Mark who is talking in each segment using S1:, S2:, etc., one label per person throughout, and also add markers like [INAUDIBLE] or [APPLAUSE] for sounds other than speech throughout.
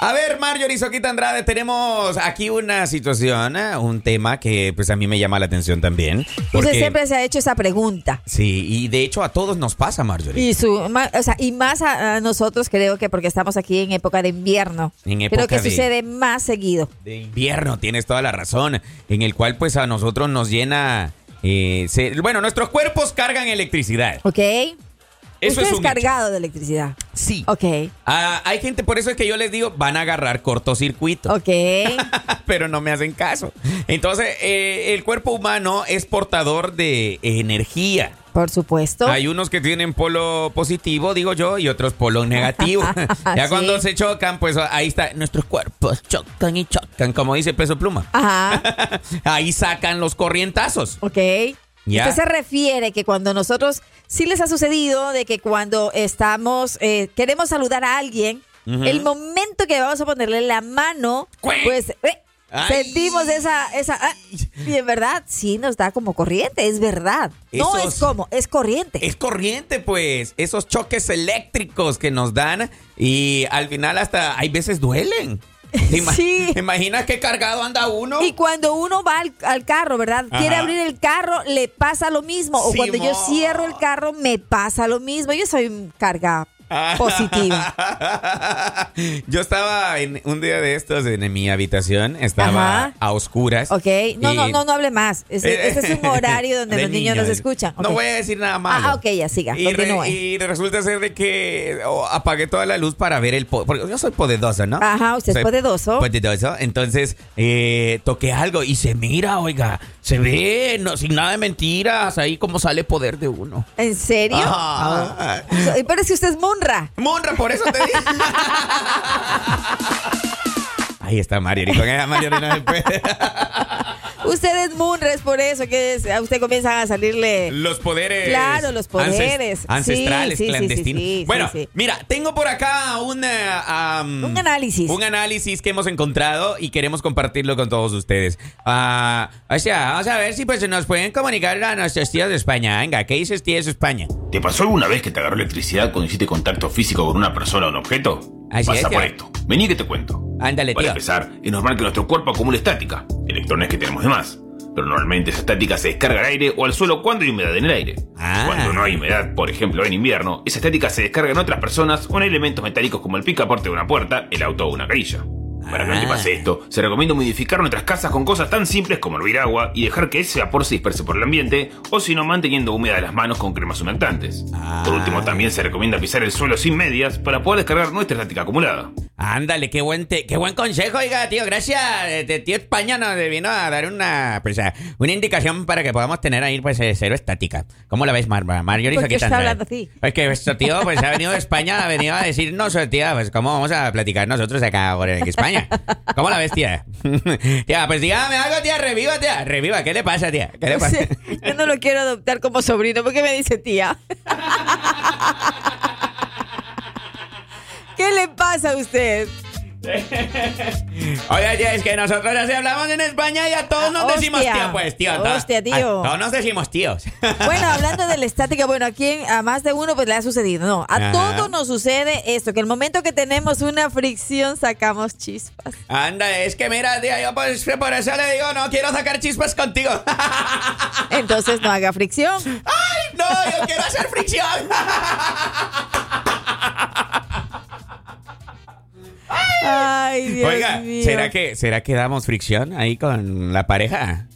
S1: A ver, Marjorie Soquita Andrade, tenemos aquí una situación, ¿eh? un tema que pues a mí me llama la atención también.
S2: Entonces
S1: porque-
S2: siempre se ha hecho esa pregunta.
S1: Sí, y de hecho a todos nos pasa, Marjorie.
S2: Y, su, ma- o sea, y más a, a nosotros creo que porque estamos aquí en época de invierno.
S1: En época
S2: creo que
S1: de-
S2: sucede más seguido.
S1: De invierno, tienes toda la razón, en el cual pues a nosotros nos llena... eh, se- bueno, nuestros cuerpos cargan electricidad.
S2: ¿Ok?
S1: Eso
S2: Usted
S1: es
S2: es,
S1: un hecho.
S2: cargado de electricidad.
S1: Sí.
S2: Ok.
S1: Ah, hay gente, por eso es que yo les digo, van a agarrar cortocircuito.
S2: Ok.
S1: [LAUGHS] pero no me hacen caso. Entonces, eh, el cuerpo humano es portador de energía.
S2: Por supuesto.
S1: Hay unos que tienen polo positivo, digo yo, y otros polo negativo. ya
S2: [LAUGHS] Sí.
S1: cuando se chocan, pues ahí está, nuestros cuerpos chocan y chocan, como dice Peso
S2: [LAUGHS]
S1: Pluma.
S2: Ajá.
S1: ahí sacan los corrientazos.
S2: Ok.
S1: Ya.
S2: Usted se refiere que cuando nosotros sí les ha sucedido de que cuando estamos, eh, queremos saludar a alguien, el momento que vamos a ponerle la mano,
S1: ¡Cuec!
S2: pues eh,
S1: ¡Ay!
S2: sentimos esa, esa, ah, y en verdad sí nos da como corriente, es verdad. No
S1: Esos-
S2: es como, es corriente.
S1: Es corriente, pues, esos choques eléctricos que nos dan y al final hasta hay veces
S2: [LAUGHS]
S1: duelen. ¿Te ima-
S2: Sí.
S1: ¿Te imaginas qué cargado anda uno? [LAUGHS]
S2: Y cuando uno va al, al carro, ¿verdad? Quiere
S1: Ajá.
S2: abrir el carro, le pasa lo mismo. O cuando yo
S1: Simón.
S2: cierro el carro, me pasa lo mismo. Yo soy un carga
S1: Ah. [LAUGHS]
S2: positiva.
S1: Yo estaba en un día de estos en mi habitación, estaba
S2: Ajá.
S1: a oscuras.
S2: Ok, no,
S1: y-
S2: no, no, no hable más. Ese,
S1: Eh,
S2: ese es
S1: [LAUGHS]
S2: un horario donde
S1: de
S2: los niños, nos escuchan.
S1: No
S2: Ok.
S1: voy a decir nada más.
S2: Ah, ok, ya siga,
S1: Y, re-
S2: continúe.
S1: y resulta ser de que oh, apagué toda la luz para ver el... po- Porque yo soy poderoso, ¿no?
S2: Ajá, usted es
S1: Soy
S2: poderoso.
S1: Poderoso. Entonces, eh, toqué algo y se mira, oiga. Se ve, no, sin nada de mentiras, ahí como sale poder de uno.
S2: ¿En serio?
S1: Ajá.
S2: Ah. So- Pero es que usted es monra.
S1: Monra, por eso te dije. [LAUGHS] Ahí está Mariori. Con esa Mariori no se puede.
S2: Usted es monra, es por eso que es- a usted comienza a salirle...
S1: Los poderes.
S2: Claro, los poderes.
S1: ances- ancestrales,
S2: Sí, sí, sí,
S1: clandestinos.
S2: sí, sí,
S1: bueno,
S2: sí.
S1: mira, tengo por acá una, am,
S2: Un análisis.
S1: Un análisis que hemos encontrado y queremos compartirlo con todos ustedes. Ah, o sea, vamos a ver si pues, se nos pueden comunicar a nuestros tíos de España. Venga, ¿qué dices, tíos de España?
S3: ¿Te pasó alguna vez que te agarró electricidad cuando hiciste contacto físico con una persona o un objeto?
S1: Así
S3: Pasa
S1: es,
S3: por
S1: ya.
S3: esto. Vení que te cuento.
S1: Ándale,
S3: Para
S1: tío.
S3: empezar, es normal que nuestro cuerpo acumule estática, electrones que tenemos de más. Pero normalmente esa estática se descarga al aire o al suelo cuando hay humedad en el aire.
S1: Ah.
S3: Cuando no hay humedad, por ejemplo en invierno, esa estática se descarga en otras personas o en elementos metálicos como el picaporte de una puerta, el auto o una grilla. Para que no te
S1: Ah.
S3: pase esto, se recomienda modificar nuestras casas con cosas tan simples como hervir agua y dejar que ese vapor se disperse por el ambiente, o si no, manteniendo húmedas las manos con cremas humectantes.
S1: Ah.
S3: Por último, también se recomienda pisar el suelo sin medias para poder descargar nuestra estática acumulada.
S1: Ándale, qué buen, te- qué buen consejo, oiga, tío. Gracias. Este tío España nos vino a dar una, pues, a- una indicación para que podamos tener ahí, pues, eh, cero estática. ¿Cómo la ves, Mar Mar- Marjorie?
S2: ¿Por qué
S1: Soquita
S2: está
S1: Andrade?
S2: Pues hablando así?
S1: Es que nuestro tío, pues, ha venido de España, ha venido a decirnos, tío, pues, ¿cómo vamos a platicar nosotros acá por en España? ¿Cómo la ves, tía? [LAUGHS] tía, pues, dígame algo, tía, reviva, tía. Reviva, ¿qué le pasa, tía? ¿Qué
S2: [LAUGHS]
S1: le pasa?
S2: Yo no lo quiero adoptar como sobrino porque me dice tía. [LAUGHS] ¿Qué le pasa a usted?
S1: Oye, tía, es que nosotros así hablamos en España y a todos nos
S2: Hostia.
S1: decimos tío, pues, tío. to-
S2: Hostia, tío.
S1: a todos nos decimos tíos.
S2: Bueno, hablando de la estática, bueno, aquí a más de uno pues le ha sucedido. No, a
S1: Ajá.
S2: todos nos sucede esto, que el momento que tenemos una fricción sacamos chispas.
S1: Anda, es que mira, tío, yo pues, por eso le digo, no quiero sacar chispas contigo. [LAUGHS]
S2: Entonces no haga fricción.
S1: ¡Ay, no! Yo quiero hacer fricción.
S2: Ay, [LAUGHS] Dios
S1: Oiga,
S2: mío.
S1: ¿será que, ¿será que damos fricción ahí con la pareja?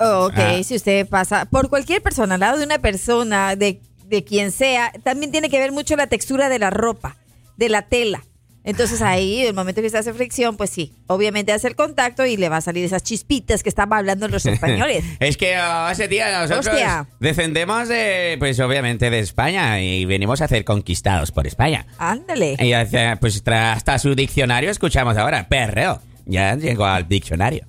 S2: Ok,
S1: Ah.
S2: si usted pasa por cualquier persona, al lado de una persona, de, de quien sea, también tiene que ver mucho la textura de la ropa, de la tela. Entonces
S1: Ah.
S2: ahí, el momento que usted hace fricción, pues sí, obviamente hace el contacto y le va a salir esas chispitas que estaban hablando
S1: [LAUGHS]
S2: los españoles.
S1: Es que oh, ese día nosotros
S2: Hostia.
S1: descendemos, de, pues obviamente, de España y venimos a ser conquistados por España.
S2: Ándale.
S1: Y hace- pues tra- hasta su diccionario escuchamos ahora, perreo. Ya llegó al diccionario.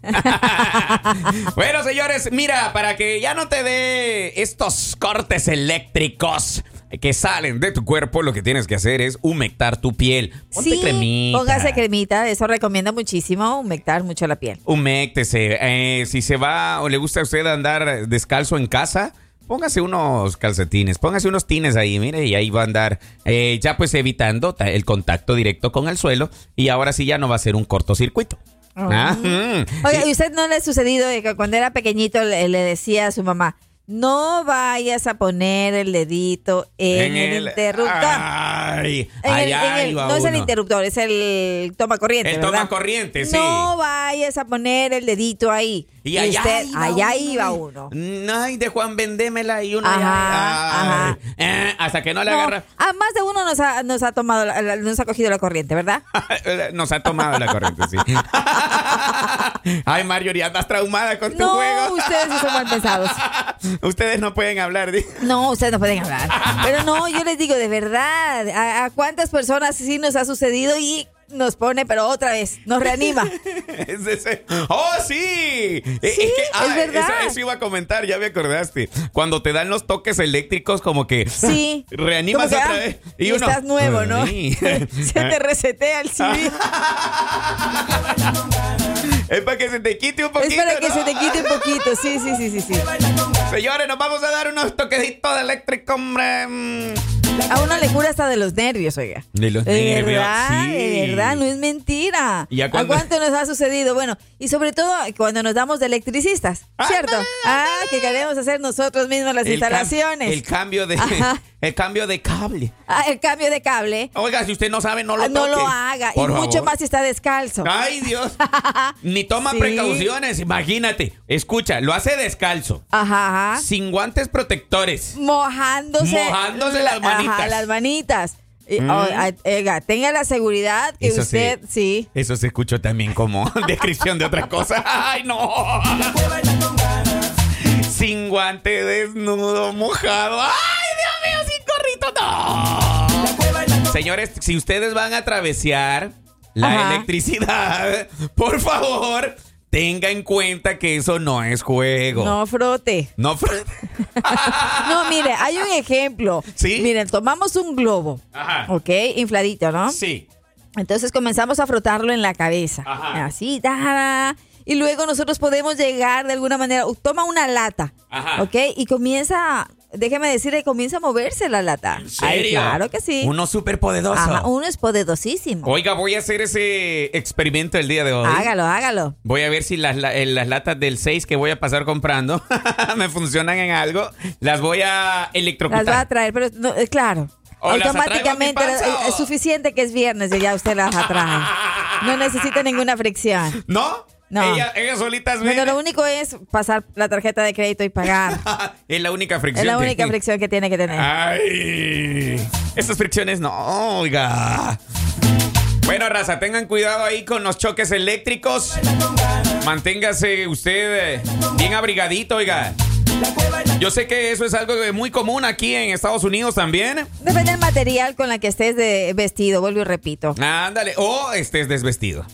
S1: [LAUGHS] bueno, señores, mira, para que ya no te dé estos cortes eléctricos que salen de tu cuerpo, lo que tienes que hacer es humectar tu piel. Ponte
S2: sí,
S1: cremita.
S2: póngase cremita, eso recomienda muchísimo, humectar mucho la piel.
S1: Huméctese. Eh, si se va o le gusta a usted andar descalzo en casa, póngase unos calcetines, póngase unos tines ahí, mire, y ahí va a andar eh, ya pues evitando ta- el contacto directo con el suelo y ahora sí ya no va a ser un cortocircuito. Ah, mm.
S2: Oye,
S1: Y-
S2: ¿y usted no le ha sucedido de que cuando era pequeñito le, le decía a su mamá, no vayas a poner el dedito en, el, interruptor?
S1: Ah, Ay,
S2: En el-
S1: allá
S2: en el-
S1: iba
S2: no es el
S1: uno.
S2: interruptor, es el toma corriente.
S1: El
S2: ¿verdad?
S1: tomacorriente, sí.
S2: No vayas a poner el dedito ahí.
S1: Y allá,
S2: usted-
S1: iba,
S2: allá
S1: uno.
S2: iba uno.
S1: Ay, de Juan, vendémela y uno.
S2: Ajá,
S1: ya- ay,
S2: ajá.
S1: eh, hasta que no la
S2: No,
S1: agarra.
S2: a más de uno nos ha, nos ha tomado, la- la- nos ha cogido la corriente, ¿verdad?
S1: [LAUGHS] Nos ha tomado la corriente,
S2: [LAUGHS]
S1: sí. Ay, Marjorie, andas traumada con tu
S2: No,
S1: juego.
S2: ustedes sí son mal pensados.
S1: [LAUGHS] Ustedes no pueden hablar. di- [LAUGHS]
S2: No, ustedes no pueden hablar. Pero no, yo les digo de verdad, a, a cuántas personas sí nos ha sucedido y nos pone, pero otra vez, nos reanima.
S1: Es ese- ¡Oh, sí! Eh,
S2: Sí, es verdad.
S1: Eso, eso iba a comentar, ya me acordaste. Cuando te dan los toques eléctricos, como que
S2: Sí.
S1: [LAUGHS] reanimas
S2: Como que,
S1: otra
S2: ah,
S1: vez.
S2: Y, estás nuevo, ¿no?
S1: Sí.
S2: [LAUGHS] Se te resetea
S1: Ah,
S2: el CD.
S1: [LAUGHS] es para que se te quite un poquito.
S2: Es para que
S1: ¿no?
S2: se te quite un poquito. Sí, sí, sí, sí, sí.
S1: Señores, nos vamos a dar unos toquecitos de eléctrico, hombre. Mm.
S2: A uno le cura hasta de los nervios, oiga.
S1: De los nervios,
S2: verdad,
S1: sí.
S2: de verdad, no es mentira.
S1: ¿Y a
S2: a,
S1: cuándo-
S2: cuánto nos ha sucedido? Bueno, y sobre todo cuando nos damos de electricistas,
S1: Ah,
S2: ¿cierto?
S1: ah,
S2: Ah, que queremos hacer nosotros mismos las
S1: El cam-
S2: instalaciones.
S1: el cambio de
S2: Ajá.
S1: [LAUGHS] el cambio de cable.
S2: Ah, el cambio de cable.
S1: Oiga, si usted no sabe, no lo
S2: Ah, No lo
S1: toque.
S2: haga.
S1: Por
S2: y mucho
S1: favor.
S2: más si está descalzo.
S1: Ay,
S2: [LAUGHS]
S1: Dios. Ni toma
S2: Sí.
S1: precauciones, imagínate. Escucha, lo hace descalzo,
S2: Ajá. ajá.
S1: sin guantes protectores.
S2: Mojándose.
S1: Mojándose las
S2: Ajá,
S1: manitas. Mm.
S2: las manitas. Y, oh, ay, oiga, tenga la seguridad que usted, sí.
S1: Eso se escuchó también como [LAUGHS] descripción de otra cosa. [LAUGHS] Ay, no. Sin guante, desnudo, mojado. Ay, Dios mío, sin gorrito. No. Señores, si ustedes van a travesear la
S2: Ajá.
S1: electricidad, por favor, tenga en cuenta que eso no es juego.
S2: No frote.
S1: No, Fran.
S2: [LAUGHS] No, mire, hay un ejemplo.
S1: [LAUGHS] ¿Sí?
S2: Miren, tomamos un globo.
S1: Ajá.
S2: ¿Ok? Infladito, ¿no?
S1: Sí.
S2: Entonces comenzamos a frotarlo en la cabeza.
S1: Ajá.
S2: Así, tarara. Y luego nosotros podemos llegar de alguna manera. u- Toma una lata.
S1: Ajá.
S2: ¿Ok? Y comienza, déjeme decirle, comienza a moverse la lata.
S1: ¿En serio?
S2: Ay, claro que sí.
S1: Uno súper poderoso.
S2: Ajá, uno es poderosísimo.
S1: Oiga, voy a hacer ese experimento el día de hoy.
S2: Hágalo, hágalo.
S1: Voy a ver si las, la- eh, las latas del 6 que voy a pasar comprando [LAUGHS] me funcionan en algo. Las voy a electrocutar.
S2: Las va a traer, pero no, eh, claro.
S1: O las atraigo
S2: automáticamente
S1: a mi panza,
S2: eh,
S1: o-
S2: es suficiente que es viernes y ya usted las atrae. No necesita ninguna fricción.
S1: [LAUGHS] ¿No?
S2: No.
S1: Ella, ellas solitas
S2: Bueno,
S1: vienen.
S2: lo único es pasar la tarjeta de crédito y pagar.
S1: [LAUGHS] es la única fricción.
S2: Es la
S1: que-
S2: única fricción que tiene que tener.
S1: Ay, estas fricciones no, oiga. Bueno, raza, tengan cuidado ahí con los choques eléctricos. Manténgase usted eh, bien abrigadito, oiga. Yo sé que eso es algo eh, muy común aquí en Estados Unidos también.
S2: Depende del material con la que estés de vestido, vuelvo y repito.
S1: Ándale, o estés desvestido.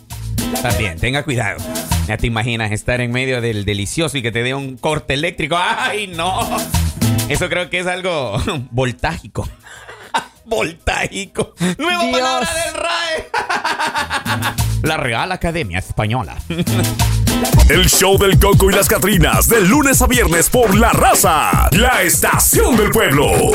S1: También, tenga cuidado. Ya te imaginas estar en medio del delicioso y que te dé un corte eléctrico. ¡Ay, no! Eso creo que es algo [LAUGHS] voltágico. voltágico. Nueva
S2: Dios.
S1: palabra del RAE. [LAUGHS] La Real Academia Española.
S4: El show del Coco y las Catrinas, de lunes a viernes por La Raza, la estación del pueblo.